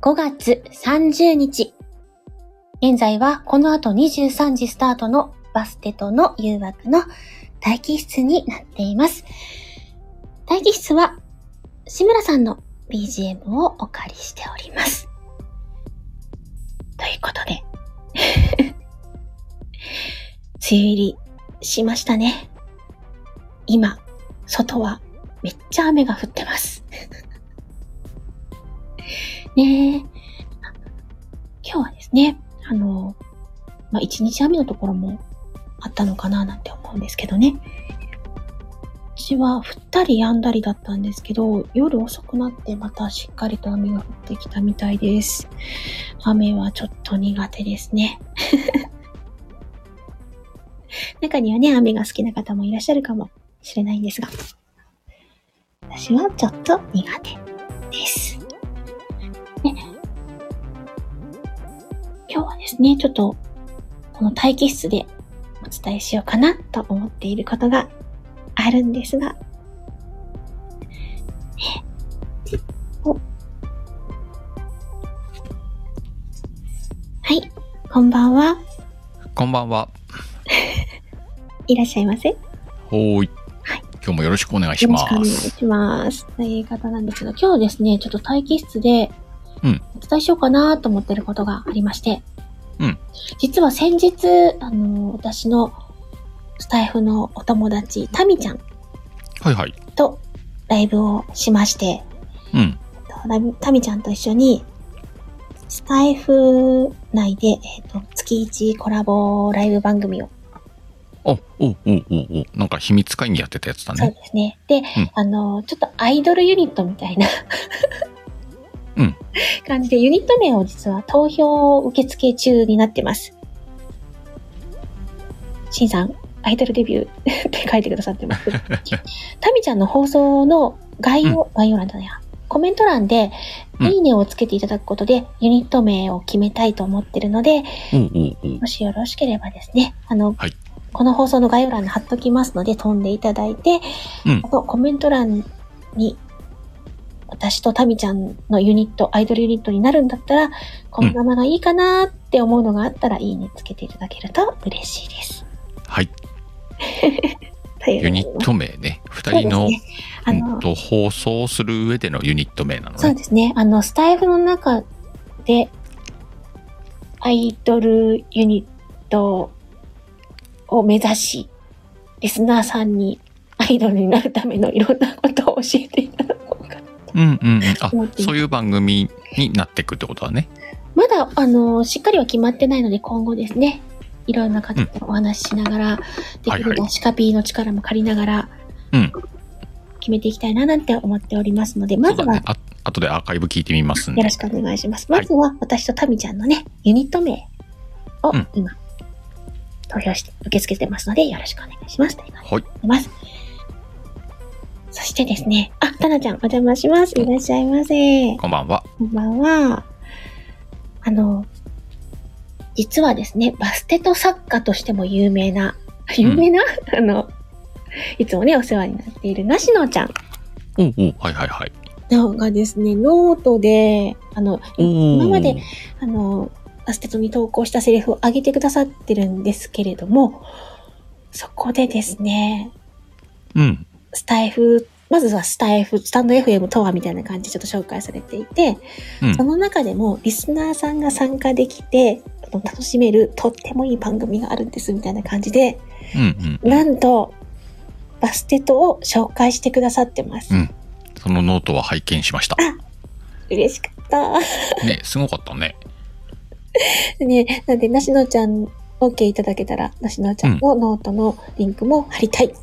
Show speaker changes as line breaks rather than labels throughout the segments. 5月30日。現在はこの後23時スタートのバステとの誘惑の待機室になっています。待機室は志村さんの BGM をお借りしております。ということで、 梅雨入りしましたね。今、外はめっちゃ雨が降ってます。ねえ。あ今日はですね、あの、まあ、一日雨のところもあったのかななんて思うんですけどね。うちは降ったり止んだりだったんですけど、夜遅くなってまたしっかりと雨が降ってきたみたいです。雨はちょっと苦手ですね。 中にはね、雨が好きな方もいらっしゃるかもしれないんですが、私はちょっと苦手です。ね、今日はですね、ちょっとこの待機室でお伝えしようかなと思っていることがあるんですが、えおはい、こんばんは。
こんばんは。
いらっしゃいませ。よ
ほーい。
はい
今日もよろしくお願いし
ろ
ま
しくお願い
す。
します。という言い方なんですが、今日ですね、ちょっと待機室で、
うん
お伝えしようかなと思ってることがありまして、
うん
実は先日、あの、私のスタイフのお友達、タミちゃん
はいはい。
とライブをしまして、
うん。
ラミタミちゃんと一緒に、スタイフ内で、えっ、と、月1コラボライブ番組を、
お、お、お、お、お、なんか秘密会議やってたやつだ
そう
ね。
ですね。で、
ん
あの、ちょっとアイドルユニットみたいな、
うん
感じで、ユニット名を実は投票受付中になってます。しんさん、アイドルデビュー って書いてくださって ます。タミちゃんの放送の概要、概要欄じゃないや。コメント欄で、
うん
いいねをつけていただくことで、ユニット名を決めたいと思ってるので、
お、お、お。
もしよろしければですね、あの、
はい
この放送の概要欄に貼っときますので、飛んでいただいて、
うん
あとコメント欄に、私とタミちゃんのユニット、アイドルユニットになるんだったら、このままがいいかなって思うのがあったら、いいねつけていただけると嬉しいです。
はい。
という
ユニット名ね。二人の、
そうですあ
う
の
ん、と、放送する上でのユニット名なの
そう
ね。
ですね。あの、スタイフの中で、アイドルユニットを目指し、リスナーさんにアイドルになるためのいろんなことを教えていただこうか。
うん、うん、うん。あ
思っ、ている
そういう番組になっていくってことだね。
まだ、あの、しっかりは決まってないので、今後ですね、いろんな方とお話ししながら、でき
は
れ
いは
ばシカピーの力も借りながら、
うん
決めていきたいななんて思っておりますので、ま
そう
ず
だ
は
ね。あ、後でアーカイブ聞いてみますん
よ
で
ろ。しくお願いします。
はい
まずは私とタミちゃんのね、ユニット名を
うん
今、投票して、受け付けてますので、よろしくお願いします。ということで
はい。
思います。そしてですね、あ、タナちゃんお邪魔します。いらっしゃいませ。
こんばんは。
こんばんは。あの、実はですね、バステト作家としても有名な、有名な、 あの、いつもね、お世話になっているなしのちゃん
お、お、はいはいはい。
がですね、ノートで、あの、
おー
今まであの、アステトに投稿したセリフを上げてくださってるんですけれども、そこでですね、
うん。
スタイフ、まずはスタイフ、スタンド FM とはみたいな感じでちょっと紹介されていて、
うん
そ。の中でもリスナーさんが参加できて、あの楽しめるとってもいい番組があるんですみたいな感じで、
うん、うん。
なんと、バステトを紹介してくださってます。
うんそのノートは拝見しました。
嬉しかった。
ね、すごかったね。
ね、なんで、なしのちゃん、OK いただけたら、なしのちゃんのノートのリンクも貼りたい。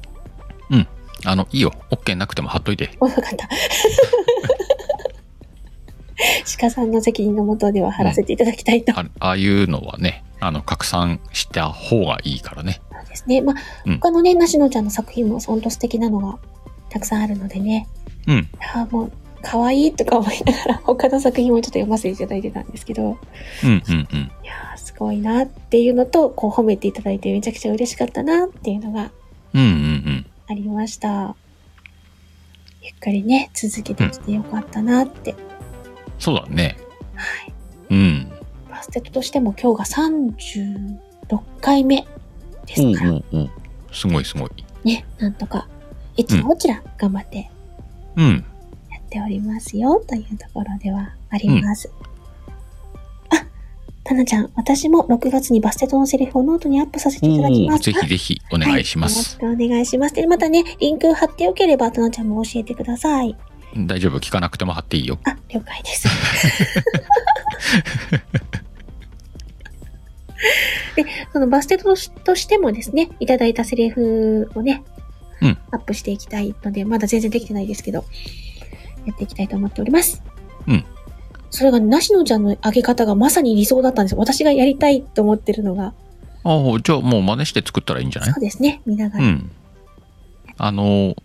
あの、いいよ。OK なくても貼っといて。
お、よかった。鹿さんの責任のもとでは貼らせていただきたいと。
あああいうのはね、あの、拡散した方がいいからね。
そうですね。まあ、
うん
他のね、なしのちゃんの作品も本当素敵なのがたくさんあるのでね。
うん。
ああ、もう、可愛いとか思いながら、 他の作品もちょっと読ませていただいてたんですけど、
うんうんうん。
いやーすごいなっていうのと、こう褒めていただいてめちゃくちゃ嬉しかったなっていうのが
うんうん
ありました。ゆっくりね、続けてきてよかったなって
そうだね。うん。
バステットとしても今日が36回目で
おう
すから、
おうおうすごいすごい。
ね、なんとか、えちらおちら頑張って
うん。
やっておりますよ、というところではあります。あ、タナちゃん、私も6月にバステットのセリフをノートにアップさせていただき
お
ま
お
す。
ぜひぜひお
お
願いします。
よろしくお願いします。で、またね、リンク貼ってよければ、タナちゃんも教えてください。
大丈夫聞かなくても貼っていいよ。
あ、了解 です。で、そのバステとしとしてもですね、いただいたセリフをね、
うん
アップしていきたいので、まだ全然できてないですけど、やっていきたいと思っております。
うん。
それが、なしのちゃんの上げ方がまさに理想だったんですよ。私がやりたいと思ってるのが、
ああ、じゃあもう真似して作ったらいいんじゃない
そうですね、見なが
う
ら。
ん。あの、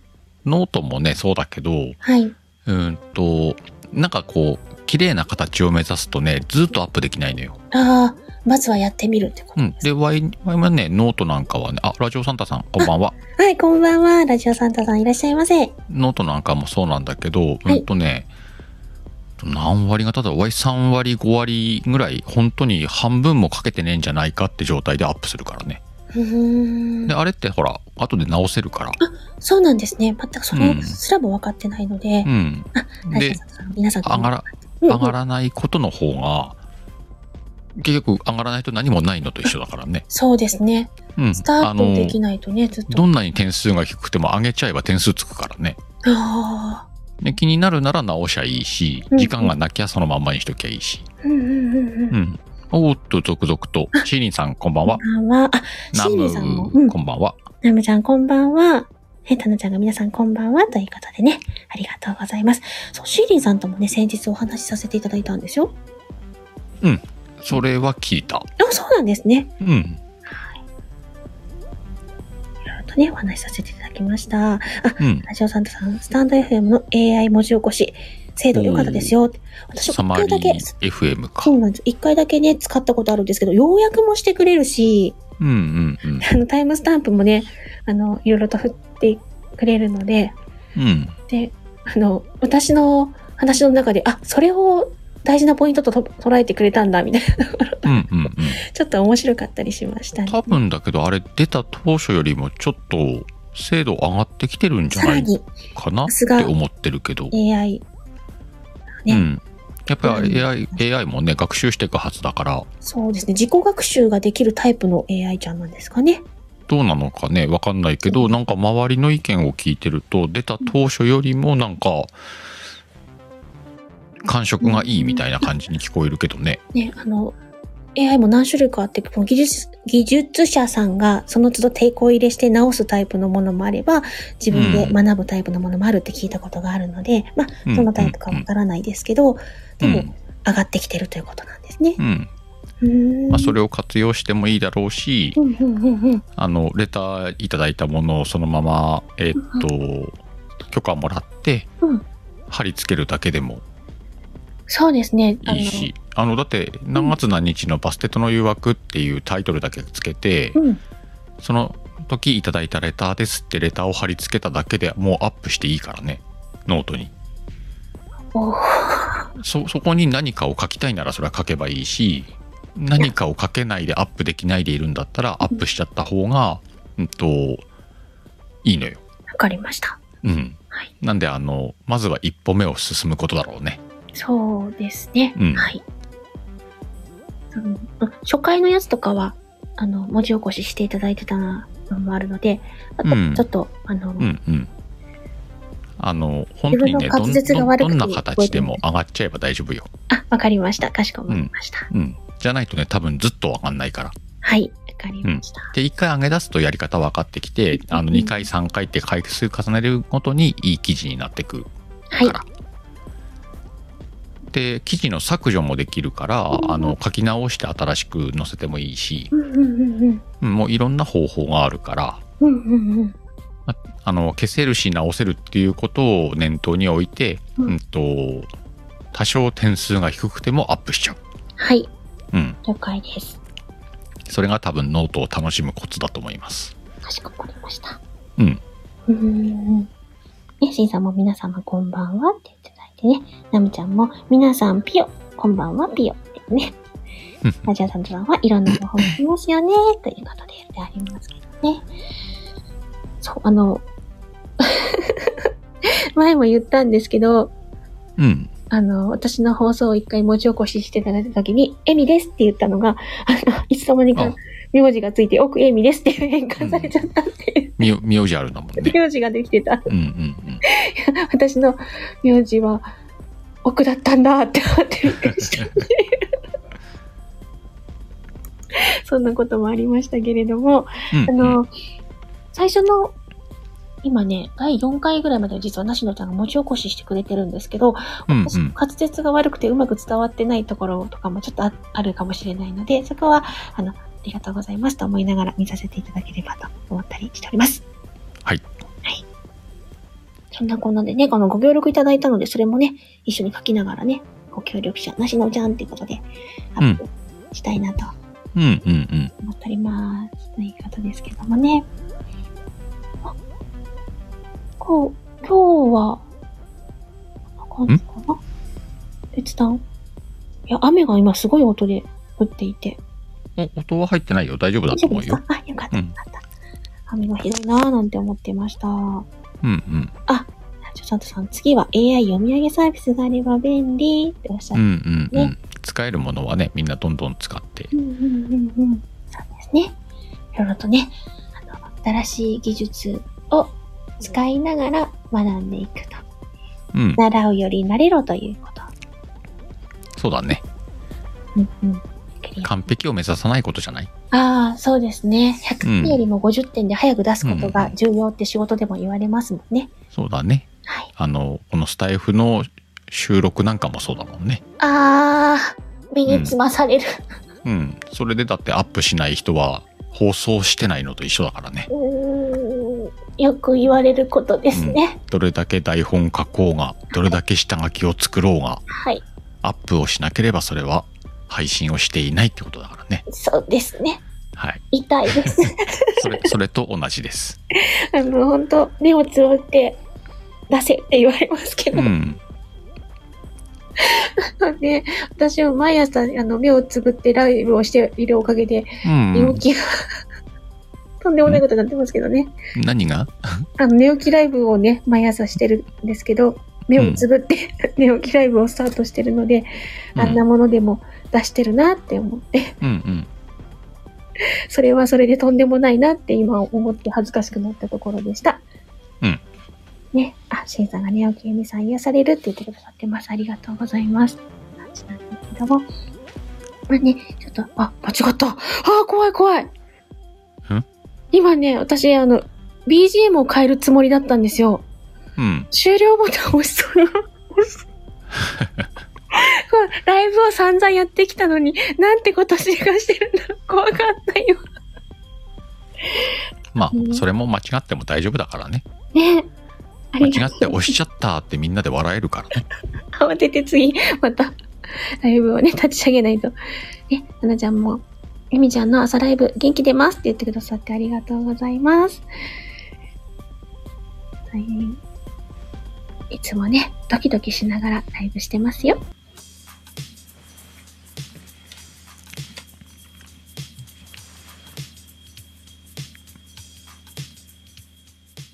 ノートもね、そうだけど、
はい。
うーんと、なんかこう、綺麗な形を目指すとね、ずっとアップできないのよ。
ああ、まずはやってみるってこ
う
と
ん
で。す。
で、ワイ、ワイもね、ノートなんかはね、あ、ラジオサンタさん、こんばんは。
はい、こんばんは。ラジオサンタさんいらっしゃいませ。
ノートなんかもそうなんだけど、
はい
うんとね、何割がただ、ワイ3割、5割ぐらい、本当に半分もかけてねえんじゃないかって状態でアップするからね。
うーん
で、あれってほら、後で直せるから。
そうなんですね。全くそれ
うん
すらも分かってないので
う、ん。
大
で
丈、夫さん皆さん
上がら、上がらないことの方が、結局上がらないと何もないのと一緒だからね。
そうですね。
うん
ス。タートでき
の、
ないとね、ずっと。
どんなに点数が低くても上げちゃえば点数つくからね。
ああ。
で気になるなら直しゃいいし
う、ん
時間がなきゃそのまんまにしときゃいいし。
うんうんうんうん。
う
こ
ん。おーっと、続々と。シーリンさん、こんばんは。
んばんは。あ、 シ
ナ
ー
ム
ミさんも。うん。
こんばんは。
ナムちゃんこんばんは。え、タナちゃんが皆さんこんばんは。ということでね、ありがとうございます。そう、シーリンさんともね、先日お話しさせていただいたんですよ。
それは聞いた。
あ、そうなんですね。
うん。
いろいろとね、お話しさせていただきました。
うん。
ラジオサンタさん、スタンド FM の AI 文字起こし、精度良かったですよ。私、
サ
一
マリ
回だけ、
ー FM か。
そうなんです。一回だけね、使ったことあるんですけど、要約もしてくれるし、
うんうんうん。
あの、タイムスタンプもね、あの、いろいろと振ってくれるので、
うん。
で、あの、私の話の中で、あ、それを大事なポイントとと捉えてくれたんだ、みたいな、
うんうんうん。
ちょっと面白かったりしましたね。
多分だけど、あれ出た当初よりもちょっと精度上がってきてるんじゃ
さ
な
ら
い
に
かなっ
さすが
て思ってるけど。
AI、
う
ね
ん。やっぱり
うん
AI, AI もね、学習していくはずだから、
そうですね、自己学習ができるタイプの AI ちゃんなんですかね。
どうなのかね、わかんないけど、なんか周りの意見を聞いてると、出た当初よりもなんか、感触がいいみたいな感じに聞こえるけどね。
ね、あの、AI も何種類かあって、この技術、技術者さんがその都度抵抗入れして直すタイプのものもあれば、自分で学ぶタイプのものもあるって聞いたことがあるので、まあ、どのタイプかわからないですけど、で
うん
も、上がってきてるということなんですね
う。ん、
うん
まあ、それ
を。
を活用してもいいだろうし
う、んうんうんうん。
あのレターいただいたものをそのまま、えーっと許可もらって
うん
貼り付けるだけでも
そうですね。あの
いい。しあのだって「何月何日のバステットの誘惑」っていうタイトルだけつけて
うん。
その時いただいたレターですってレターを貼り付けただけでもうアップしていいからねノートに
お
そそこに何かを書きたいならそれは書けばいいし何かを書けないでアップできないでいるんだったらアップしちゃった方が、うん、といいのよ。
わかりました。
うん
はい
なんであのまずは一歩目を進むことだろうね。
そうですね。
うん
はい。そのあ初回のやつとかは、あの、文字起こししていただいてたのもあるので、あと、
うん
ちょっと、あの、
うんうんあの本当に
自
ね
分の
ど
滑
ん
舌が
どん
悪
ど
くて
んな形でも上がっちゃえば大丈夫よ。
あ、わかりました。かしこまりました。
うん、じゃないとね多分ずっと上がんないから。
はい。わかりました。
で1回上げ出すとやり方分かってきてあの
うん
2回3回って回数重ねるごとにいい記事になってくる
はい。
から。で記事の削除もできるからあの書き直して新しく載せてもいいし
うんうんうんうん。
うんもういろんな方法があるから
うんうんうん。
あの消せるし直せるっていうことを念頭に置いて、
う
うんん、と多少点数が低くてもアップしちゃう、
はい。
うん、
了解です。
それが多分ノートを楽しむコツだと思います
かしこまりました。
うん
うんうんうん。ね、しんさんも皆様こんばんはって言っていただいでね、ナムちゃんも、皆さんピヨ、こんばんはピヨってね。ラジオさんとさんはいろんな情報がありますよね、ということで、でありますけどね。そう、あの、 前も言ったんですけど、
うん。
あの、私の放送を一回文字起こししていただいたときに、エミですって言ったのが、あの、いつの間にか
あ、
名字がついて、奥エミですって変換されちゃったっていう、
み名字あるんだもんね。
名字ができてた。
うんうん
私の名字は、奥だったんだって思ってびっくりした。そんなこともありましたけれども、
うん。
あ
うんうん
の、最初の、今ね、第4回ぐらいまでは実はなしのちゃんが文字起こししてくれてるんですけど、
うん
私の滑舌が悪くてうまく伝わってないところとかもちょっとああるかもしれないので、そこは、あの、ありがとうございますと思いながら見させていただければと思ったりしております。
はい。
はい。そんなこんなでね、このご協力いただいたので、それもね、一緒に書きながらね、ご協力者なしのちゃんっていうことで、アップしたいなと
うんうんうん。
思っております。ということですけどもね。あこう、今日は、こんな感じかな別段。いや、雨が今すごい音で降っていて。
お音は入ってないよ。大丈夫だと思う
ですか
よ。
あ、よかった、
う
よ
ん
かった。雨がひどいなーなんて思ってました。
うんうん。
ちょちょっとさん、次は AI 読み上げサービスがあれば便利っておっしゃ
う
っ
ん
て。
うんうん。使えるものはね、みんなどんどん使って。
うんうんうんうん。そうですね。いろいろとね、あの、新しい技術を使いながら学んでいくと。
うん。
習うより慣れろということ。
そうだね。
うんうん。クリア
完璧を目指さないことじゃない
ああ、そうですね。100点よりも50点で早く出すこと
う
が
ん
重要って仕事でも言われますもんね。
そうだね。
はい。
あの、このスタイフの収録なんかもそうだもんね。
ああ、身につまされる。
うん。それでだってアップしない人は放送してないのと一緒だからね。
うーん、よく言われることですね。
どれだけ台本書こうが、どれだけ下書きを作ろうが、
はい。
アップをしなければそれは配信をしていないってことだからね。
そうですね。
はい。
痛いです。
それ、それと同じです。
あの、本当目をつぶって出せって言われますけど、
うん。
ね、私も毎朝、あの、目をつぶってライブをしているおかげで、
うんう
寝
ん。
起きが、 とんでもないことになってますけどね。
何が
あの、寝起きライブをね、毎朝してるんですけど、目をつぶって、 寝起きライブをスタートしてるので、あんなものでも出してるなって思って、
うんうん。
それはそれでとんでもないなって今思って恥ずかしくなったところでした。
うん。
ね、あ、シンさんが寝起きエミさん癒されるって言ってくださってます。ありがとうございます。感じなんですけども。まあね、ちょっと、あ、間違った。あー、怖い怖い。今ね、私、あの、BGM を変えるつもりだったんですよ。
うん。
終了ボタン押し そうな。ライブを散々やってきたのに、なんてことしかしてるんだろう。怖かったよ。
まあ
う、ん
それも間違っても大丈夫だからね。
ねあ
間
り
違
が
って
とう。
押しちゃったってみんなで笑えるからね。
慌てて次、また、ライブをね、立ち上げないと。ね、ななちゃんも、ゆみちゃんの朝ライブ、元気出ますって言ってくださってありがとうございます。はい。いつもね、ドキドキしながらライブしてますよ。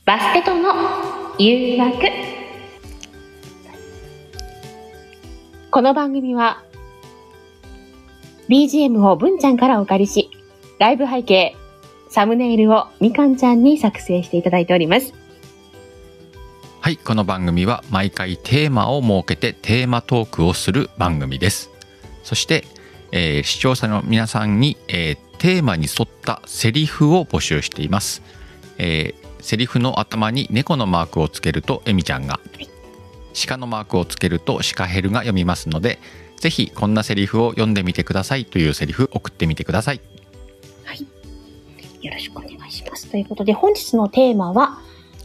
バステとの誘惑この番組は BGM を文ちゃんからお借りしライブ背景サムネイルをみかんちゃんに作成していただいております
はい、この番組は毎回テーマを設けてテーマトークをする番組です。そして、えー視聴者の皆さんに、えーテーマに沿ったセリフを募集しています。えーセリフの頭に猫のマークをつけるとエミちゃんが、鹿のマークをつけるとシカヘルが読みますので、ぜひこんなセリフを読んでみてくださいというセリフ送ってみてください。
よろしくお願いしますということで本日のテーマは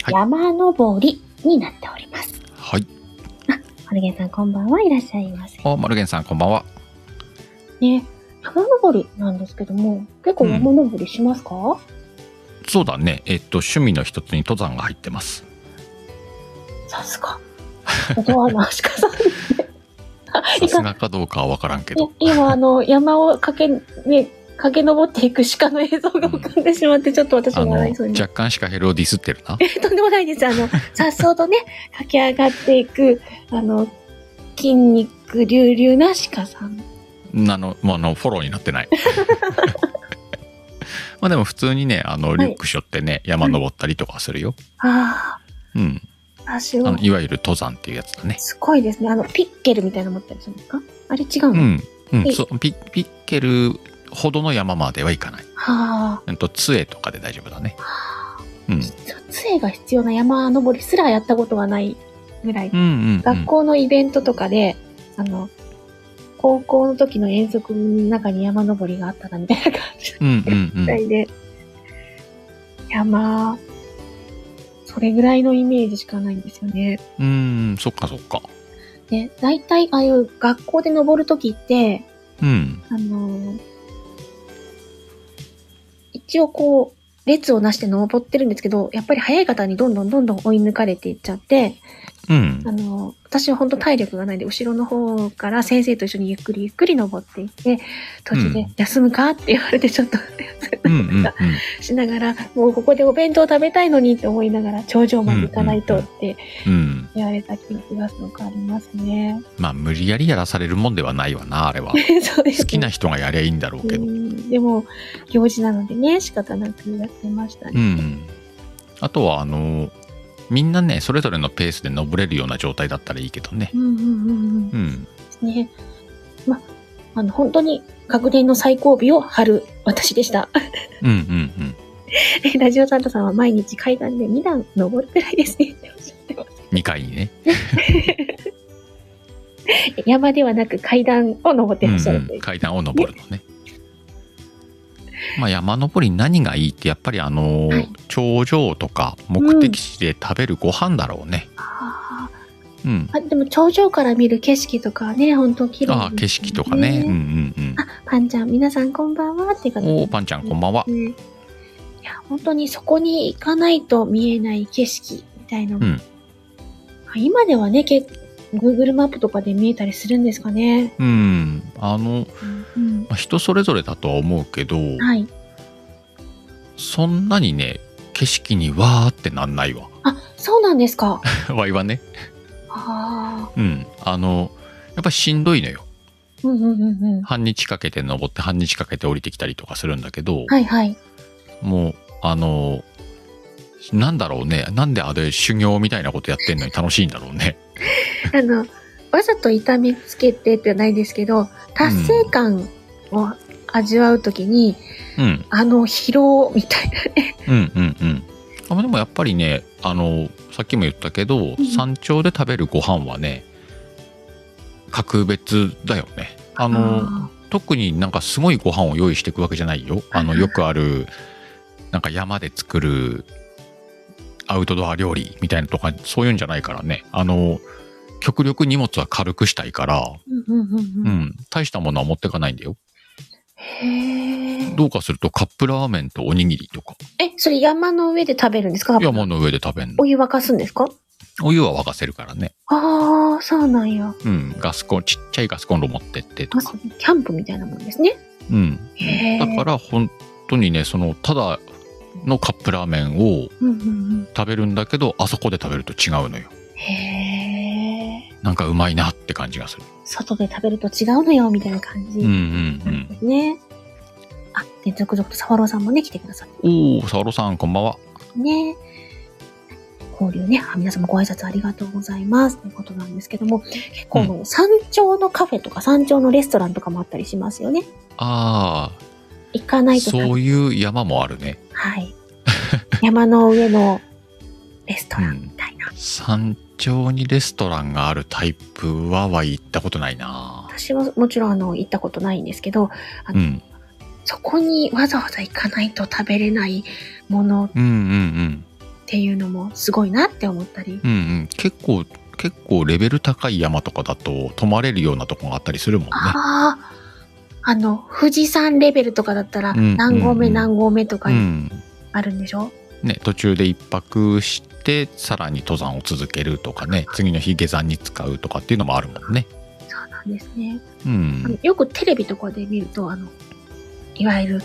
はい
山登りになっております、
はい。
マルゲンさんこんばんはいらっしゃいませ
お、マルゲンさんこんばんは。
ね山登りなんですけども結構山登りしますか、
そう だね。えっと、趣味の一つに登山が入ってます。
さすが音はナウシカさんですね。
さすがかどうかは分からんけど。
今、あの、山を駆け、ね、駆け上っていく鹿の映像が浮かんでしまって、ちょっと私
あ
も
の、
笑いそうに。
若干しかヘルをディスってる な。
とんでもないです。あの、さっそうと ね、駆け上がっていく、あの、筋肉隆々な鹿さん。
あの、まあ、あの、フォローになってない。 まあでも普通にね、あの、
い
リュック背負ってね、山登ったりとかするよ。
あ
うん。
あ、私
あ
は
の、、いわゆる登山っていうやつだね。
すごいですね。あの、ピッケルみたいなの持ったりするんですかあれ違うの、
うん。う
は
ん。
い
そう、ピピッケルほどの山まではいかない。
はあ。
うんと、杖とかで大丈夫だね。うん。
そう杖が必要な山登りすらやったことがないぐらい。
うんうん、うん
学。校のイベントとかで、あの、高校の時の遠足の中に山登りがあったなみたいな感じ
うんうんうん。
で、山、それぐらいのイメージしかないんですよね。
うーん、そっかそっか。
で、大体ああいう学校で登る時って、
うん。
あの、一応こう、列をなして登ってるんですけど、やっぱり早い方にどんどんどんどん追い抜かれていっちゃって、
うん
あ。の、私は本当体力がないんで、後ろの方から先生と一緒にゆっくりゆっくり登っていって、途中
う
で
ん
休むかって言われてちょっと
うんうんうん。
しながら、もうここでお弁当食べたいのにって思いながら、頂上まで行かないとって
うん。
言われた記憶がすごくありますね。
まあ、無理やりやらされるもんではないわな、あれは。
そうですね
好きな人がやりゃいいんだろうけど。
う
うん。
んでも、行事なのでね、仕方なくやってましたね。
あとは、あの、みんなね、それぞれのペースで登れるような状態だったらいいけどね。
うんうんうんうん。で
うん。
すね。ま、あの、本当に、学年の最後尾を張る私でした。
うんうんうん。
えラジオサンタさんは毎日階段で2段登るくらいですねっておっしゃってます。
2回にね。
山ではなく階段を登って
うん
らっしゃ
う
るとい
ん
う。
階段を登るのね。まあ、山登りに何がいいって、やっぱりあの、
はい
頂上とか目的地で食べるご飯だろうね。
あ
うん
ーあでも頂上から見る景色とかね、本当綺麗、
ああ景色とかね。うんうん
あ、パンちゃん、皆さんこんばんはっていう
うん。
方
おおー、パンちゃんこんばんは。
ね。いや、本当にそこに行かないと見えない景色みたいな。
ん
今ではね、け Google マップとかで見えたりするんですかね。
うん。あの、
うん。
まあ人それぞれだとは思うけど、
はい。
そんなにね、景色にわーってなんないわ。
あ、そうなんですか。
わいはね。
ああ。
うん。あの、やっぱりしんどいのよ。
うんうんうんうん。
半日かけて登って半日かけて降りてきたりとかするんだけど、
はいはい。
もう、あの、なんだろうね。なんであれ修行みたいなことやってんのに楽しいんだろうね。
あの、わざと痛めつけてってないですけど、達成感を味わうときに、
うん。
あの疲労みたいなね。
うんうんうん。あでもやっぱりね、あの、さっきも言ったけど、
ん
山頂で食べるご飯はね、格別だよね。あの、
あ
特になんかすごいご飯を用意していくわけじゃないよ。あの、よくある、なんか山で作るアウトドア料理みたいなとか、そういうんじゃないからね。あの、極力荷物は軽くしたいから、
ーうんうんうんう
う
ん。
ん、大したものは持ってかないんだよ。
へー
どうかするとカップラーメンとおにぎりとか、
え、それ山の上で食べるんですか
山の上で食べんの
お。湯沸かすんですか
お湯は沸かせるからね。
ああ、そうなんや。
うん、ガスコン、ちっちゃいガスコンロ持ってってと
ま
か
さ。にキャンプみたいなもんですね。
うん。
へ
だ
ー
から本当にね、その、ただのカップラーメンを
うんうんうん。
食べるんだけど、あそこで食べると違うのよ。
へえ。
なんかうまいなって感じがする。
外で食べると違うのよ、みたいな感じ
うんう
なんんですね。あ、で、続々とサワローさんもね、来てくださって。
うん。おー、サオロさんこんばんは。
ね。交流ね。あ皆様ご挨拶ありがとうございます。ということなんですけども、結構、山頂のカフェとか山頂のレストランとかもあったりしますよね。
あ
行かな
あ、
いと食べ
そういう山もあるね。
はい。 山の上のレストランみたいな。
山頂にレストランがあるタイプはは行ったことないな。
私ももちろんあの行ったことないんですけど、あ
う
の
ん。
そこにわざわざ行かないと食べれないものっ
うんうん
ていうのもすごいなって思ったり。
うん。うんうん。結構、結構レベル高い山とかだと泊まれるようなとこがあったりするもんね。
ああ、あの、富士山レベルとかだったら
うん
何合
うんう
目
ん
何合目とか
うん。
あるんでしょ、
ね、途中で一泊してさらに登山を続けるとかね次の日下山に使うとかっていうのもあるもんね。
そうなんですね。
うん、
よくテレビとかで見ると、あの、いわゆる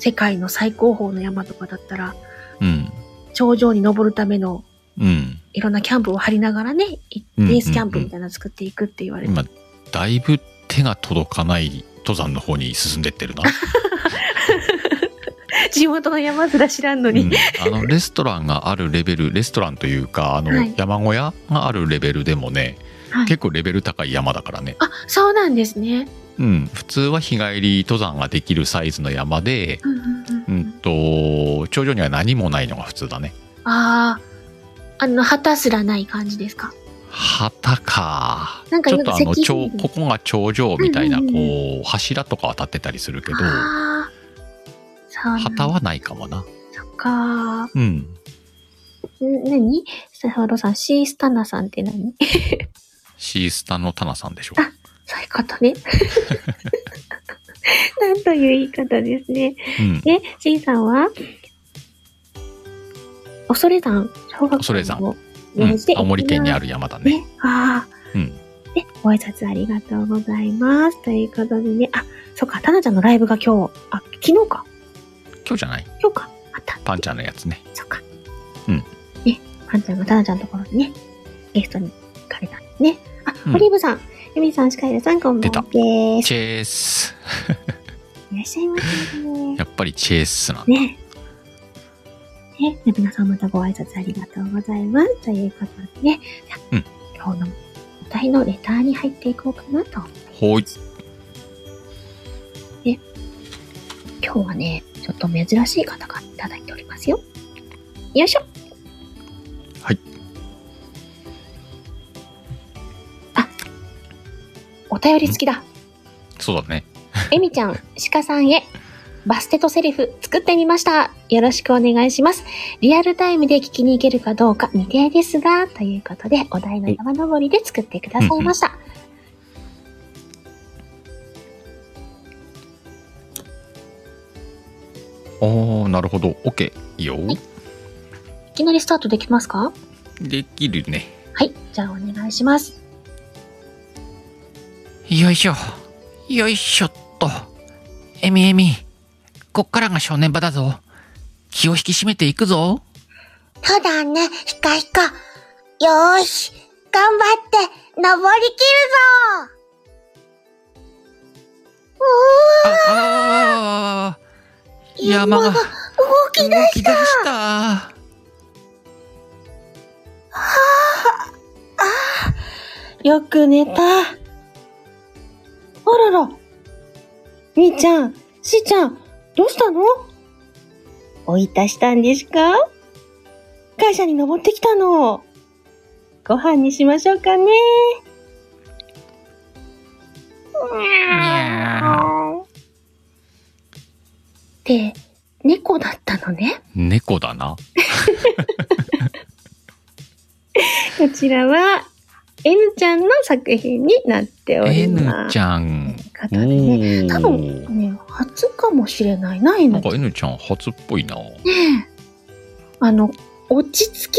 世界の最高峰の山とかだったら、
うん、
頂上に登るための
うん
いろんなキャンプを張りながらね、い
うんうん
ベースキャンプみたいなの作っていくって言われて、
今だいぶ手が届かない登山の方に進んでってるな。
地元の山すら知らんのに、
うん、あのレストランがあるレベルレストランというかあの、
はい
山小屋があるレベルでもね、
はい
結構レベル高い山だからね、
あ、そうなんですね。
うん、普通は日帰り登山ができるサイズの山で、
うんうんう
うん
うん
ん、と頂上には何もないのが普通だね
ああ、あの、旗すらない感じですか。
旗か
なんか
ち
よ
ょっ
く
とあの
石碑
頂ここが頂上みたいな
うんうんうん
こう柱とかは立ってたりするけど
ああ、そうなん
旗はないかもな
そっか。ん
うん
何サファロさん、シースタナさんって何
シースタのタナさんでしょ
あそういうことね。なんという言い方ですね。
うん
え、シーさんは恐山、小学校
恐山
の
うん
用事で
青森県にあ
る
る山だね
ね。ああ。
うん
で、ご挨拶ありがとうございます。ということでね、あ、そっか、タナちゃんのライブが今日、あ、昨日か、
今日じゃない
今日か、あった。
パンちゃんのやつね
そっか。
うん。
ね、パンちゃんがタナちゃんのところにね、ゲストに行かれたんですね。あ、
うん
オリーブさん、ユミさん、シカイルさん、こんばんはです。
チェース
いらっしゃいませね。
やっぱりチェースなんだ
ね。ね、皆さんまたご挨拶ありがとうございます。ということでね、じゃあ
うん
今日のお題のレターに入っていこうかなと。
ほい
今日はね、ちょっと珍しい方がいただいておりますよ。よいしょ。
はい。
あ、お便り付きだ。
そうだね
えみちゃん、鹿さんへ。バステとセリフ作ってみました。よろしくお願いします。リアルタイムで聞きに行けるかどうか未定ですが、ということで、お題の山登りで作ってくださいました。
おーなるほど OK いいよ
いいきなりスタートできますか
できるね
はい。じゃあお願いします。
よいしょ。よいしょっと。えみえみ。こっからが正念場だぞ。気を引き締めていくぞ。
そうだね、ヒカヒカ。よーし、頑張って、登りきるぞ
あ、あー山が動
おお、動きだ
き出した。
よく寝た。あらら。みーちゃん、しーちゃん、どうしたのおいたしたんですか会社に登ってきたの。ご飯にしましょうかね。
にゃ
って、猫だったのね。
ー猫だな。
こちらは、N ちゃんの作品になっており
N
ます。
ちゃん。
ゃ
お
ということでね、多
ー。
ね、初かもしれないな、N
な
ちゃ
ん
ん
か N ちゃん初っぽいな。
ねえあの、落ち着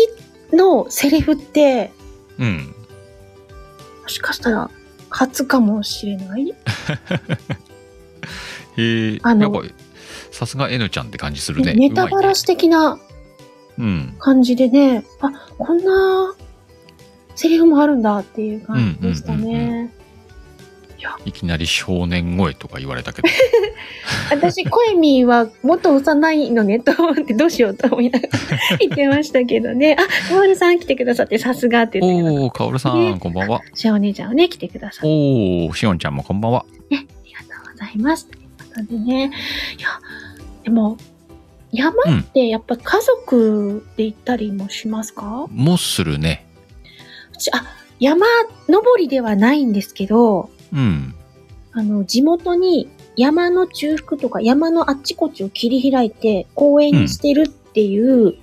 きのセリフって、
うん。
もしかしたら初かもしれない
へえ。
あ
なん
の
か、さすが N ちゃんって感じするね。
ネタバラシ的な
うまいね。
感じでね、あ、こんなセリフもあるんだっていう感じでした
うんうんう
ね。
うん。いきなり少年声とか言われ たけど。
私、声ミーはもっと幼いのねと思って、どうしようと思いながら 言ってましたけどね。あ、モールさん来てくださって、さすがって言ってくだ
おー、カオルさん、こんばんは。
さシャオ姉ちゃんをね、来てくださって。
おー、しおんちゃんもこんばんは。
ありがとうございます。ということでね。いや、でも、山ってやっぱ家族で行ったりもしますか、う
もするね。
ちあ、山登りではないんですけど、
うん。
あの、地元に山の中腹とか山のあっちこっちを切り開いて公園にしてるっていう、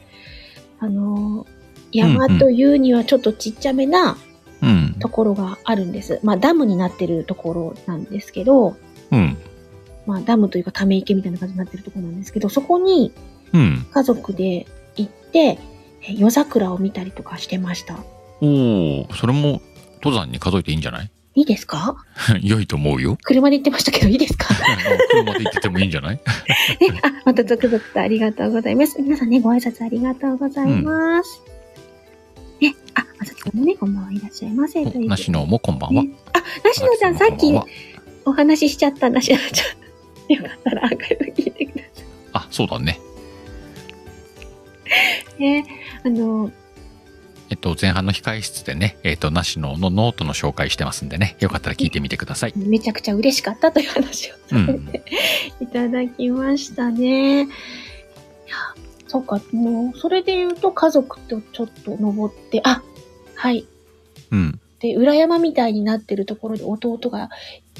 あの、山というにはちょっとちっちゃめな
うん。
ところがあるんです。まあダムになってるところなんですけど、
うん。
まあダムというかため池みたいな感じになってるところなんですけど、そこに
うん。
家族で行って、え夜桜を見たりとかしてました。
おお、それも登山に数えていいんじゃない
いいですか
良いと思うよ。
車で行ってましたけど、いい ですか
車で行っててもいいんじゃない
ね、あ、また続々とありがとうございます。皆さんね、ご挨拶ありがとうございます。ね、あ、まさきさんもね、こんばん はいらっしゃいませ。ということで
なしのもこんばんは。
ねあ、なしのちゃん、さっ
こ
き
ばは
お話ししちゃったなしのちゃん。よかったらアーカイブ聞いてくださ
あ、そうだね。
いね。あの、
えっと、前半の控え室でね、えっと、なしののノートの紹介してますんでね、よかったら聞いてみてください。
めちゃくちゃ嬉しかったという話を
う
させ
ん
て、。いただきましたね。いや、そうか、もう、それで言うと家族とちょっと登って、あ、はい。
うん。
で、裏山みたいになってるところで弟が、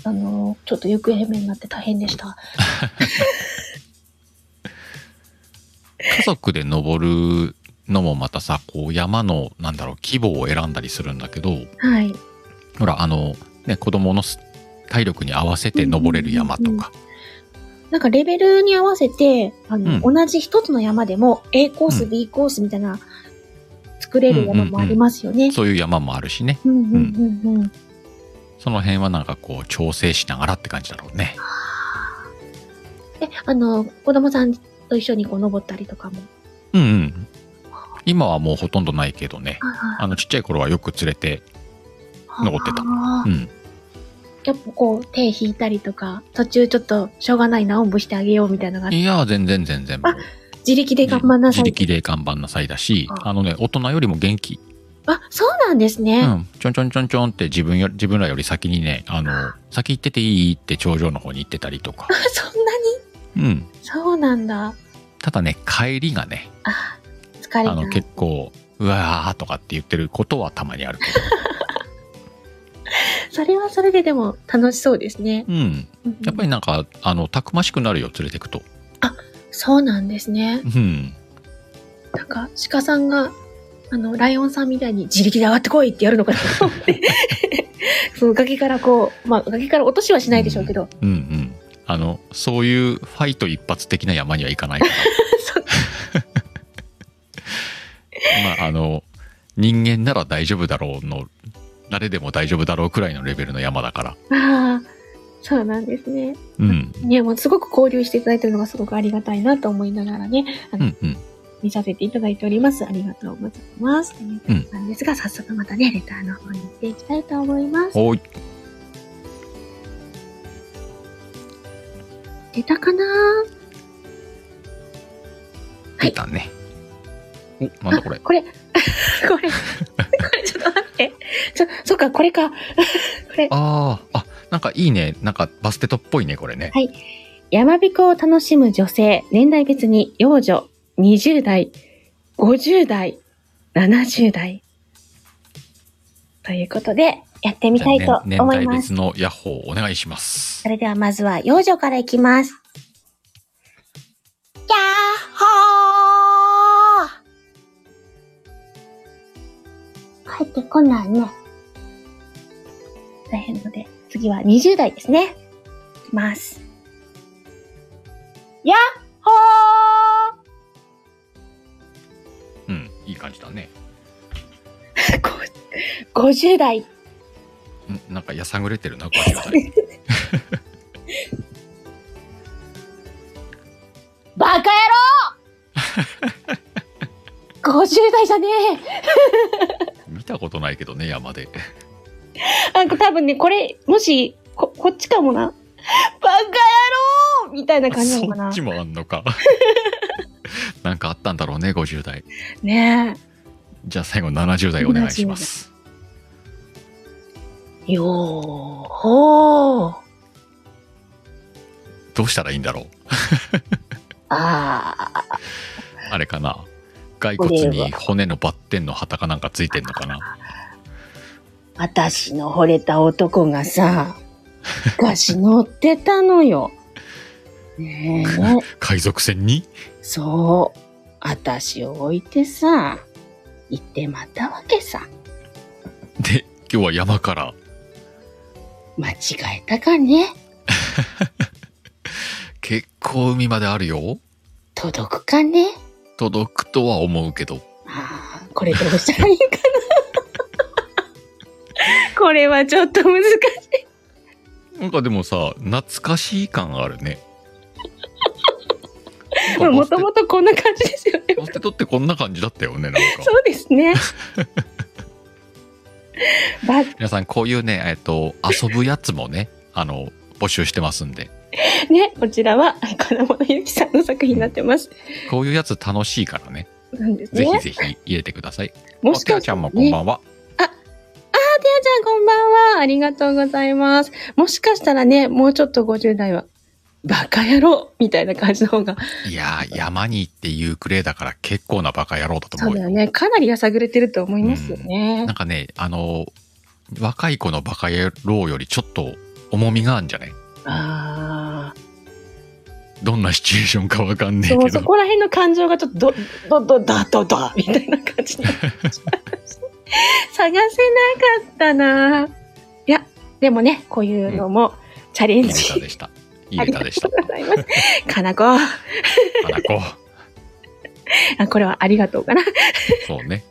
あの、ちょっと行方不明になって大変でした。
家族で登るのもまたさ、こう山の、なんだろう、規模を選んだりするんだけど、
はい。
ほら、あの、ね、子供のす体力に合わせて登れる山とか。
なんかレベルに合わせて、あの、
う
同じ一つの山でも A コース、
うん
B コースみたいな作れる山もありますよね。
そういう山もあるしね。
うんうんうんうん。
その辺はなんかこう、調整しながらって感じだろうね。
え、あの、子供さんと一緒にこう登ったりとかも。
うんうん。今はもうほとんどないけどね。
あ
あの、ちっちゃい頃はよく連れて、登ってた
あ
う
ー
ん。
やっぱこう手引いたりとか、途中ちょっとしょうがないな、おんぶしてあげようみたいなのが、
いや、全然全然もう。
自力で頑張んなさい。
自力で頑張んなさいだし、
あ
あのね、大人よりも元気。
あ、そうなんです
う
ね。
ん。ちょんちょんちょんちょんって自分よ、自分らより先にね、あの、先行ってていいって頂上の方に行ってたりとか
あ。 そんなに
うん。
そうなんだ。
ただね、帰りがね、
あ、疲れ
あの
た。
結構「うわー」とかって言ってることはたまにあるけど
それはそれででも楽しそうですね。
うんやっ
り。
ぱりなんかあのたくましくなるよ連れてくと
そうなんですね。
うん
なんか、鹿さんが、あの、ライオンさんみたいに自力で上がってこいってやるのかなと思って。 その崖からこう、まあ崖から落としはしないでしょうけど、
うんうんあのそういうファイト一発的な山にはいかない から
そ
まああの人間なら大丈夫だろうの誰でも大丈夫だろうくらいのレベルの山だから
ああ、そうなんですね。
うん
ね、もうすごく交流していただいてるのがすごくありがたいなと思いながらね、あ
う
の、
んうん
見させていただいております。ありがとうございます。ということなんですが、早速またね、レターの方に行っていきたいと思います。
おい
出たかなはい
出たね、おなんだこれ
あこれ、 これ、これちょっと待って。そ、そっか、これか。これ、
あーあなんかいいねなんかバステットっぽいねこれね
山彦を楽しむ女性、年代別に幼女、20代、50代、70代。ということで、やってみたい
じゃ
と
あね
思い
年代
ます
別。のヤッホーお願いします
それではまずは幼女からいきます。
やっ
帰ってこないね。大変なので、次は20代ですね。いきます。
ほー
うん、いい感じだね。
50代。
んなんかやさぐれてるな、50代。
バカ野 郎 !50 代じゃね
見たことないけどね、山で。
えなんか多分ね、これ、もし、こ、こっちかもな。 バカ野郎みたいな感じなのか
そ
な
っち。もあんのか。 なんかあったんだろうね、50代。
ね
じゃあ最後70代お願いします。
え。よーほー。
どうしたらいいんだろう。
あー。
あれかな。骸骨に骨のバッテンの旗かなんかついてんのかな。
私の惚れた男が さ、昔乗ってたのよ。ねえ、
海賊船に
そう。私を置いてさ、行ってまたわけさ。
で、今日は山から
間違えたかね
結構海まであるよ。
届くかね
届くとは思うけど。
あこれどうしたらいいかな これはちょっと難しい。
なんかでもさ懐かしい感あるね
まあもともとこんな感じですよね。
ポテトってこんな感じだったよねなんか
そうです ね。ば
皆さんこういうねえっと遊ぶやつもねあの募集してますんで
ね、こちらは金物ゆきさんの作品になってます。
こういうやつ楽しいからね
なんです
ぜ
ね。
ひぜひ入れてください
も
おてあちゃんもこんば
は。
んは
あ、てあちゃんこんばんは。ありがとうございます。もしかしたらね、もうちょっと50代は、バカ野郎みたいな感じの方が。
いやー山に行ってユークレーだから結構なバカ野郎だと
そ
思
う
う
だ
よ
よね。かなりやさぐれてると思いますよね
なん。かねあの若い子のバカ野郎よりちょっと重みがあるんじゃない
ああ。
どんなシチュエーションかわかんねえ
そう、
け
そ
ど
こら辺の感情がちょっとど、ど、ど、だ、ど、だ、みたいな感じになっちゃい ました。探せなかったな。いや、でもね、こういうのもチャレン
いいネ
ジ。
タでしたいいネタでした
ありがとうございます。かなこ、あ
花子
これはありがとうかな。
そう ね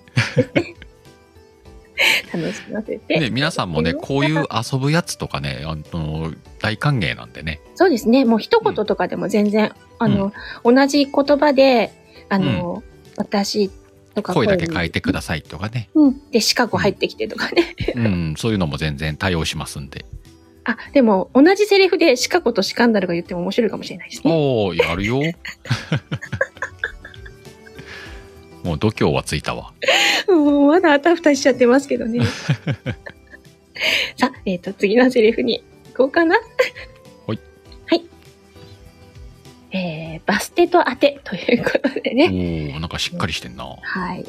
楽しませて。
で皆さんもねこういう遊ぶやつとかねあの大歓迎なんでね
そうですね。もう一言とかでも全然、あの、同じ言葉で、あの、私とか
声だけ変え
い
てくださいとかね、
うん。で、シカゴ入ってきてとかね。
うん、そういうのも全然対応しますんで
あ、でも、同じセリフでシカゴとシカンダルが言っても面白いかもしれないですね。
おーや るよもう度胸はついたわ
もうまだあたふたしちゃってますけど ね。さあ、えっ、と、次のセリフに行こうかな。
はい。
はい。えー、バステと当てということでね。
おーなんかしっかりしてんな
はい。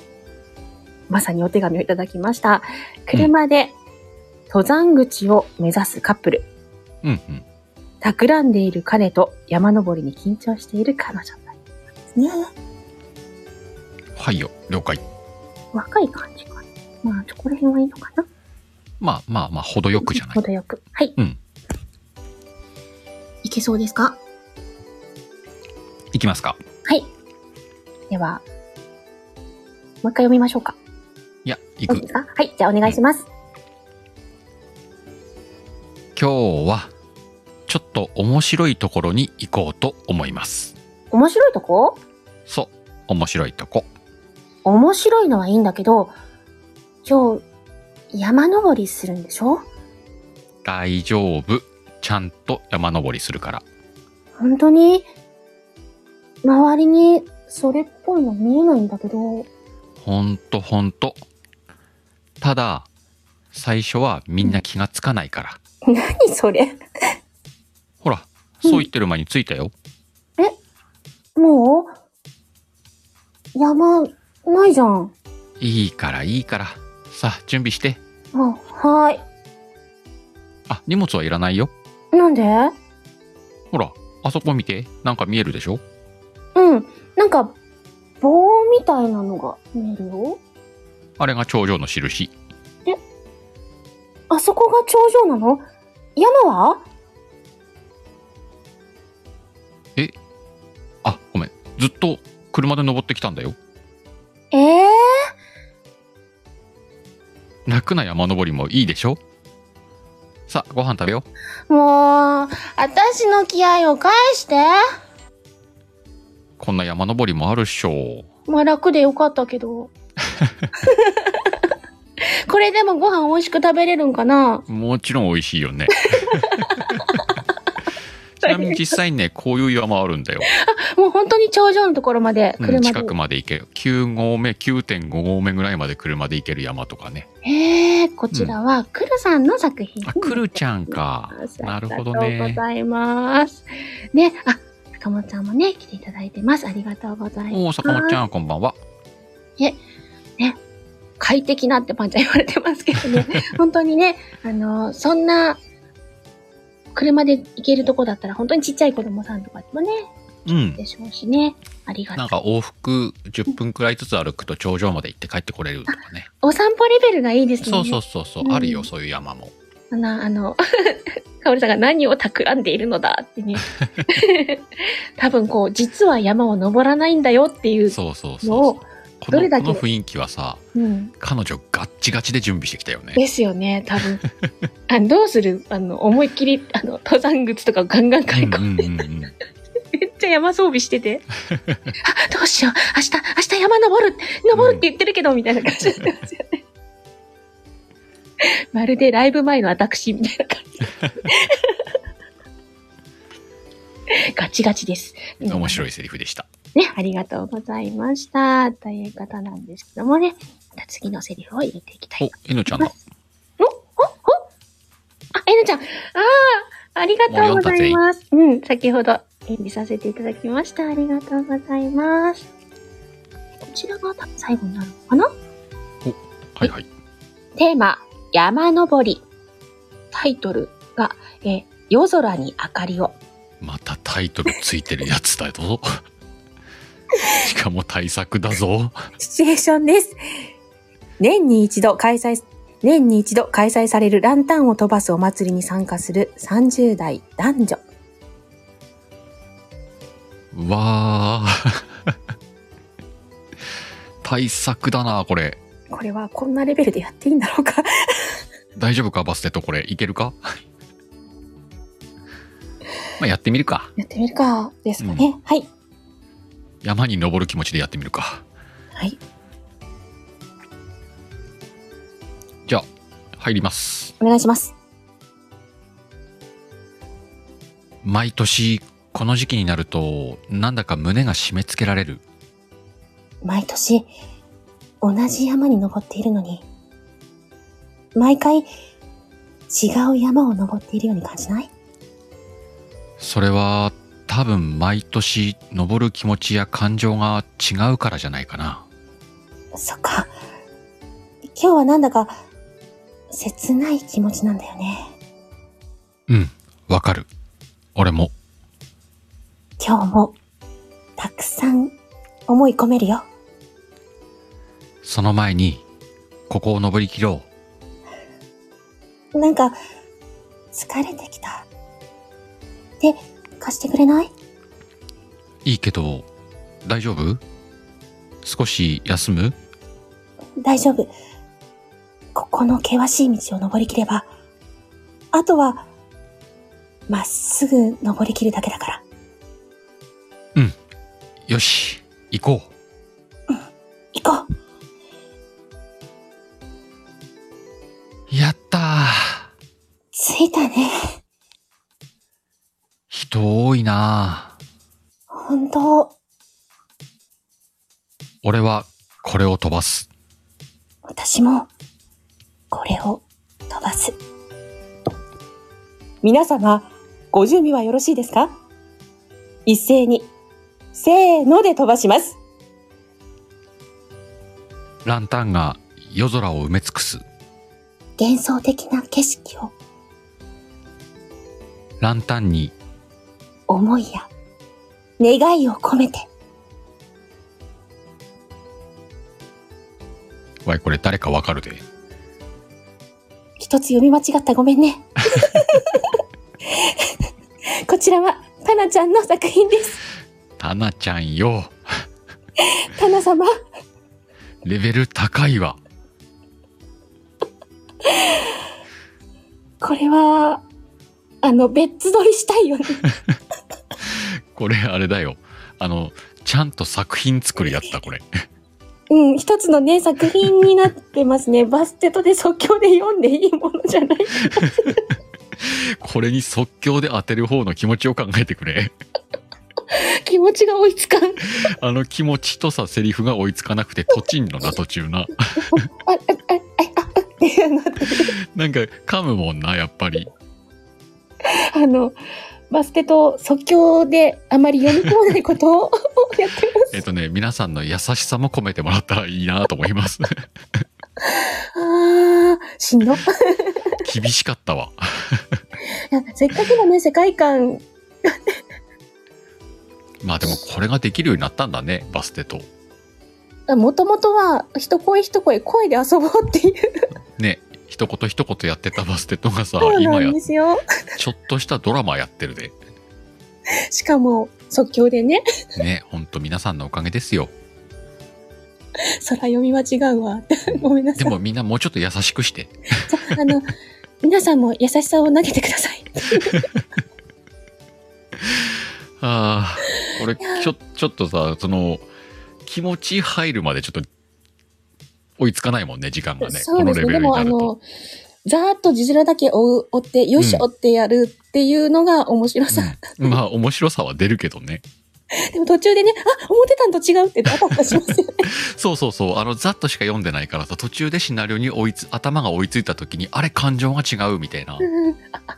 まさにお手紙をいただきました。車で登山口を目指すカップル。
うんうん
企んでいる彼と山登りに緊張している彼女になりますね。
はいよ了解
若い感じかな。まあ、ここら辺はいいのかな。
まあまあまあ程よくじ ゃない
程よく。はい。
うん
いけそうですか
いきますか
はい。では、もう一回読みましょうか。
いや行
どう
く
ですかはい。じゃあお願いします。
今日はちょっと面白いところに行こうと思います
面白いとこ
そう面白いとこ
面白いのはいいんだけど、今日、山登りするんでしょ
大丈夫ちゃんと山登りするから
本当に、周りにそれっぽいの見えないんだけど、
ほんとほんとただ最初はみんな気がつかないから
何それ
ほら
うん
そう言ってる前に着いたよ、
もう山、ないじゃん。
いいからいいからさあ準備して
あ、はー
あ荷物はいらないよ
い。なんで
ほらあそこ見てなんか見えるでしょ
うん。なんか、棒みたいなのが見えるよ。
あれが頂上の印
あそこが頂上なの山は
あごめんずっと車で登ってきたんだよ
ええ
楽な山登りもいいでしょさあご飯食べよう
もう、私の気合を返して。
こんな山登りもあるっしょ
まあ楽でよかったけど。 これでもご飯美味しく食べれるんかな
もちろん美味しいよ ねちなみに実際にねこういう山あるんだよ、
もう本当に頂上のところまで
うん、
車で。
近くまで行ける9合目9.5合目ぐらいまで車で行ける山とかね
へえ、こちらはくるさんの作品。
あくるちゃんかなるほどね
ありがとうございます。ね、あ、坂本さんもね、来ていただいてます。ありがとうございます。
おお坂本ちゃんこんばんは
快適なってパンちゃん言われてますけど ね。
本当にね、あの、そんな、車で行けるとこだったら、本当にちっちゃい子供さんとかもね、
うん
でしょうしね。ありがと
な。
うん
か往復10分くらいずつ歩くと頂上まで行って帰ってこれるとかね
お散歩レベルがいいですね。
そうそうそうそう、
うん
あるよそういう山も
あの、あの、 かおりさんが何を企んでいるのだって ね。多分こう、実は山を登らないんだよっていう
そうそうそう
のを
そこの
どれだけ
この雰囲気はさ
うん。
彼女ガッチガチで準備してきたよね
ですよね、多分。あどうするあの、思いっきり、あの、登山靴とかガンガン買い込
うんんうんうんうん
めっちゃ山装備してて。あ、どうしよう。明日、明日山登る、登るって言ってるけど、みたいな感じだったんですよ ね。まるでライブ前の私みたいな感じ。ガチガチです。
面白
い。
いセリフでした
ね、ありがとうございました。という方なんですけどもね、また次のセリフを入れていきたいと思います
おえのちゃんだ
おおおあ、えなちゃん。ああ、ありがとうございます。うん、先ほど演じさせていただきました。ありがとうございます。こちらが多分最後になるのかな
はいはい
テーマ、山登り。タイトルが、えー夜空に明かりを。
またタイトルついてるやつ だぞしかも大作だぞ
シチュエーションです。年に一度開催、年に一度開催されるランタンを飛ばすお祭りに参加する30代男女。
わあ大作だなこれ
これはこんなレベルでやっていいんだろうか
大丈夫かバステットこれいけるかまあやってみるか
やってみるか、ですかね。はい。
山に登る気持ちでやってみるか
はい。
じゃあ入ります
お願いします。
毎年この時期になるとなんだか胸が締め付けられる
毎年、同じ山に登っているのに、毎回、違う山を登っているように感じない
それは多分毎年登る気持ちや感情が違うからじゃないかな
そっか。今日はなんだか、切ない気持ちなんだよね。
うんわかる俺も
今日も、たくさん思い込めるよ。
その前にここを登りきろう
なんか、疲れてきた。で、貸してくれない
いいけど大丈夫少し休む
大丈夫。ここの険しい道を登りきれば、あとは、まっすぐ登りきるだけだから。
よし行こう
行こう
やったー
着いたね。
人多いなー
本当
俺はこれを飛ばす
私も、これを飛ばす。皆様、ご準備はよろしいですか一斉に、せーので飛ばします。
ランタンが夜空を埋め尽くす
幻想的な景色を、
ランタンに
思いや、願いを込めて、
わいこれ誰かわかるで
一つ読み間違ったごめんね。 こちらは、タナちゃんの作品です。
タナちゃんよ
タナ様、
レベル高いわ
これは、あの、別撮りしたいよね。
これあれだよあのちゃんと作品作りだったこれ
うん、一つのね、作品になってますね。バステトで即興で読んでいいものじゃない。
これに即興で当てる方の気持ちを考えてくれ
気持ちが追いつかん。
あの気持ちとさセリフが追いつかなくてとちんのな途中な
あ、あ、あ、あ、あ、っていうのって
なんか噛むもんなやっぱり
あの、バステト即興であまり読み込まないことをやってます。
えっとね皆さんの優しさも込めてもらったらいいなと思います
あー、しんど。
厳しかったわ
いやせっかくのね、世界観、
まあでもこれができるようになったんだねバステと
もともとは一声一声声で遊ぼうっていう
ね一言一言やってたバステとがさ
そうな
今や
んですよ。
ちょっとしたドラマやってるで
しかも即興でね。
ね、ほんと皆さんのおかげですよ。
空読みは違うわ。 ごめんなさ
で
い。
もみんなもうちょっと優しくして。
じゃあ、あの、皆さんも優しさを投げてください。
ああ、俺、ちょ、ちょっとさ、その、気持ち入るまでちょっと、追いつかないもんね、時間がね。
そうですね。で
このレベルに
も、あ
なると。
の、ざーっと字面だけ追う、追って、よいしょっ
う
てやるっていうのが面白さ。
うん、まあ、面白さは出るけどね。
でも途中でね、あ、思ってたんと違うってあたあたします よね。
そうそうそう。あの、ざっとしか読んでないからさ、途中でシナリオに追いつ、頭が追いついた時に、あれ、感情が違うみたいな
う、んうんあ、あ、あ、あ、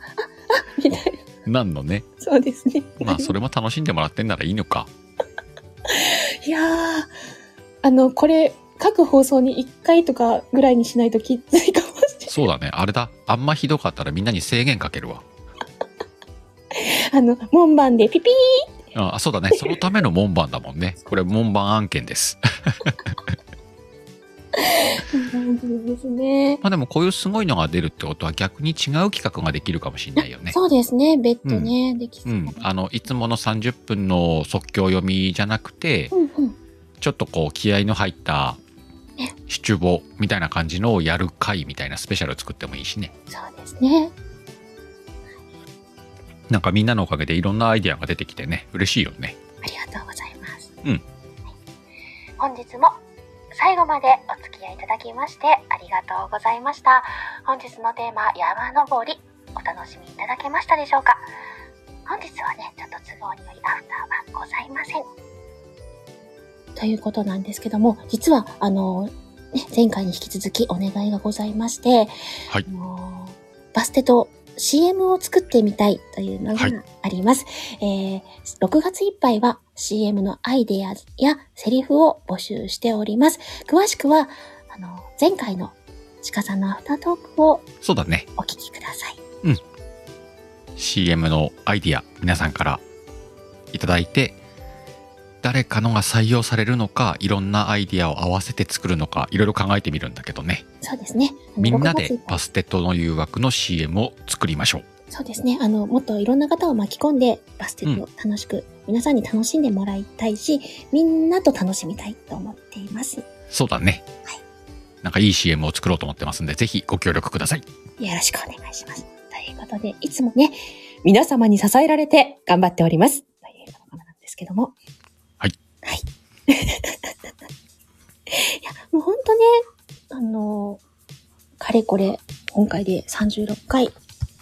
みたいな。
なんのね。
そうですね。
まあ、それも楽しんでもらってんならいいのか。
いやー、あの、これ、各放送に1回とかぐらいにしないときついかもしれない。
そうだね。あれだ。あんまひどかったらみんなに制限かけるわ。
あの、門番でピピー
ああそうだね。そのための門番だもんね。これ、門番案件です。
ですね。
まあでもこういうすごいのが出るってことは逆に違う企画ができるかもしれないよね。
そうですね、別途ね、できそうう。
ん、あのいつもの30分の即興読みじゃなくて
うんうん
ちょっとこう気合いの入った
ね
シチュボみたいな感じのをやる回みたいなスペシャルを作ってもいいしね
そうですね。
なんかみんなのおかげでいろんなアイデアが出てきてね嬉しいよね
ありがとうございます。
うん
本日も最後までお付き合いいただきましてありがとうございました本日のテーマ山登りお楽しみいただけましたでしょうか本日はねちょっと都合によりアフターはございません
ということなんですけども、実は、あの、ね、前回に引き続きお願いがございまして、
は
あ
い
のバステと CM を作ってみたいというのが
はい
あります。えー6月いっぱいは CM のアイデアやセリフを募集しております。詳しくは、あの、前回の鹿さんのアフタートークを
そうだね
お聞きください。
CM のアイディア皆さんからいただいて誰かのが採用されるのかいろんなアイディアを合わせて作るのかいろいろ考えてみるんだけどね
そうですね。あの
みんな
6月いっ
で
ぱい
バステットの誘惑の CM を作りましょう。
そうですね。あの、もっといろんな方を巻き込んで、バスケットを楽しく、皆さんに楽しんでもらいたいし、みんなと楽しみたいと思っています。よ
そうだね。なんかいい CM を作ろうと思ってますんで、ぜひご協力ください。
ろしくお願いします。ということで、いつもね、皆様に支えられて頑張っております。ということなんですけども。
はい。
はい。 いや、もうほんとね、あの、かれこれ、今回で36回、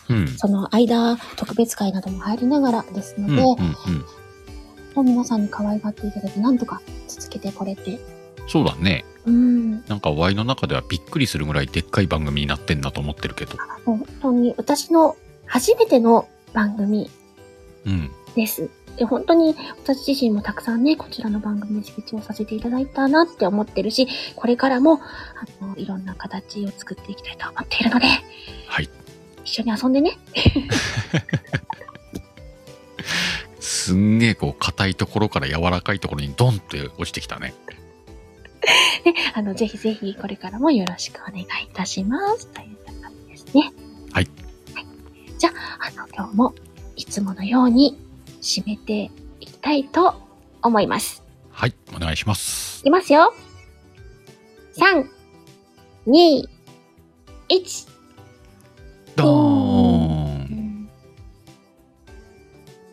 うん。
その間、特別会なども入りながらですの
う
で、
ん、うん、うん。
もう皆さんに可愛がっていただき、なんとか続けてこれて。
そうだね。
うん。
なんかワイの中ではびっくりするぐらいでっかい番組になってんだと思ってるけど。
本当に私の初めての番組
うん。
です。で、本当に私自身もたくさんね、こちらの番組で成長させていただいたなって思ってるし、これからも、あの、いろんな形を作っていきたいと思っているので、
はい。
一緒に遊んでね。
すんげえこう硬いところから柔らかいところにドンって落ちてきたね。
ね、あの、ぜひぜひこれからもよろしくお願いいたします。という感じですね。
はい。
はい。じゃあ、あの、今日もいつものように締めていきたいと思います。
はい。お願いします
い。きますよ。3、2、1。
ドー
Mm.
ン